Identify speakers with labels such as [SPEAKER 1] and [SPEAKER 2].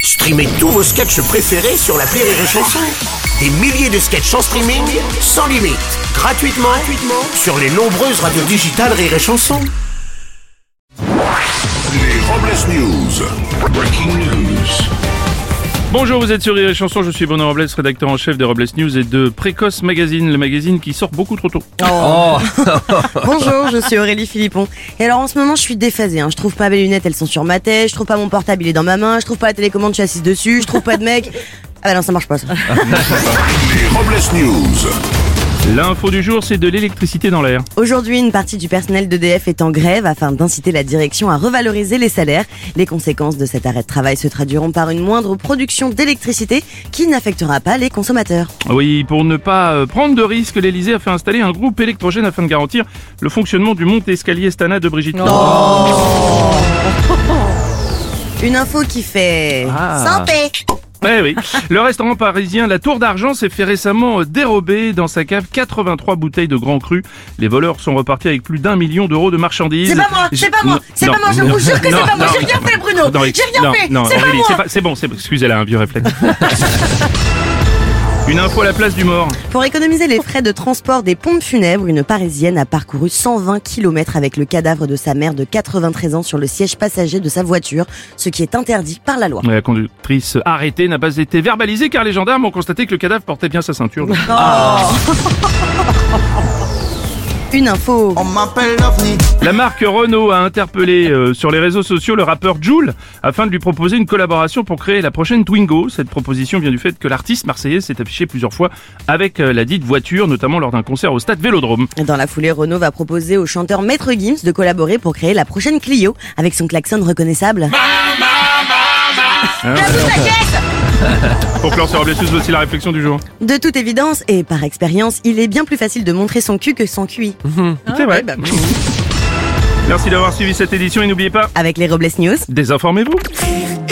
[SPEAKER 1] Streamez tous vos sketchs préférés sur la Rire et Chanson. Des milliers de sketchs en streaming, sans limite, gratuitement, gratuitement sur les nombreuses radios digitales Rire et Chanson.
[SPEAKER 2] Les Robles News. Breaking news.
[SPEAKER 3] Bonjour, vous êtes sur Rire et Chanson, je suis Bruno Robles, rédacteur en chef de Robles News et de Précoce Magazine, le magazine qui sort beaucoup trop tôt.
[SPEAKER 4] Bonjour, je suis Aurélie Philippon. Et alors en ce moment, je suis déphasée. Hein. Je trouve pas mes lunettes, elles sont sur ma tête. Je trouve pas mon portable, il est dans ma main. Je trouve pas la télécommande, je suis assise dessus. Je trouve pas de mec. Ah bah non, ça marche pas. ça.
[SPEAKER 2] Les Robles News.
[SPEAKER 3] L'info du jour, c'est de l'électricité dans l'air.
[SPEAKER 4] Aujourd'hui, une partie du personnel d'EDF est en grève afin d'inciter la direction à revaloriser les salaires. Les conséquences de cet arrêt de travail se traduiront par une moindre production d'électricité qui n'affectera pas les consommateurs.
[SPEAKER 3] Ah Oui, pour ne pas euh, prendre de risques, l'Elysée a fait installer un groupe électrogène afin de garantir le fonctionnement du monte-escalier Stana de Brigitte.
[SPEAKER 4] Une info qui fait...
[SPEAKER 3] Ah.
[SPEAKER 4] Santé
[SPEAKER 3] Eh oui. Le restaurant parisien La Tour d'Argent s'est fait récemment euh, dérober dans sa cave 83 bouteilles de Grand Cru. Les voleurs sont repartis avec plus d'un million d'euros de marchandises.
[SPEAKER 4] C'est pas moi, c'est pas moi,
[SPEAKER 3] Non,
[SPEAKER 4] c'est
[SPEAKER 3] non,
[SPEAKER 4] pas moi, je
[SPEAKER 3] non,
[SPEAKER 4] vous jure que c'est
[SPEAKER 3] non,
[SPEAKER 4] pas moi,
[SPEAKER 3] non.
[SPEAKER 4] j'ai rien fait Bruno,
[SPEAKER 3] Non,
[SPEAKER 4] j'ai rien
[SPEAKER 3] non,
[SPEAKER 4] fait,
[SPEAKER 3] non,
[SPEAKER 4] c'est pas
[SPEAKER 3] Aurélie,
[SPEAKER 4] moi
[SPEAKER 3] c'est c'est bon, c'est bon. excusez-la, un vieux réflexe. Une info à la place du mort.
[SPEAKER 4] Pour économiser les frais de transport des pompes funèbres, une Parisienne a parcouru 120 km avec le cadavre de sa mère de 93 ans sur le siège passager de sa voiture, ce qui est interdit par la loi.
[SPEAKER 3] La conductrice arrêtée n'a pas été verbalisée car les gendarmes ont constaté que le cadavre portait bien sa ceinture.
[SPEAKER 4] Une info.
[SPEAKER 5] On m'appelle l'OVNI.
[SPEAKER 3] La marque Renault a interpellé euh, sur les réseaux sociaux le rappeur Joule afin de lui proposer une collaboration pour créer la prochaine Twingo. Cette proposition vient du fait que l'artiste marseillais s'est affiché plusieurs fois avec euh, la dite voiture, notamment lors d'un concert au stade Vélodrome.
[SPEAKER 4] Dans la foulée, Renault va proposer au chanteur Maître Gims de collaborer pour créer la prochaine Clio avec son klaxon reconnaissable.
[SPEAKER 3] Pour clore sur Robles News, voici la réflexion du jour.
[SPEAKER 4] De toute évidence, et par expérience, il est bien plus facile de montrer son cul que son cul.
[SPEAKER 3] C'est vrai.
[SPEAKER 4] bah.
[SPEAKER 3] Merci d'avoir suivi cette édition et n'oubliez pas,
[SPEAKER 4] Avec les Robles News.
[SPEAKER 3] désinformez-vous.
[SPEAKER 6] RTL.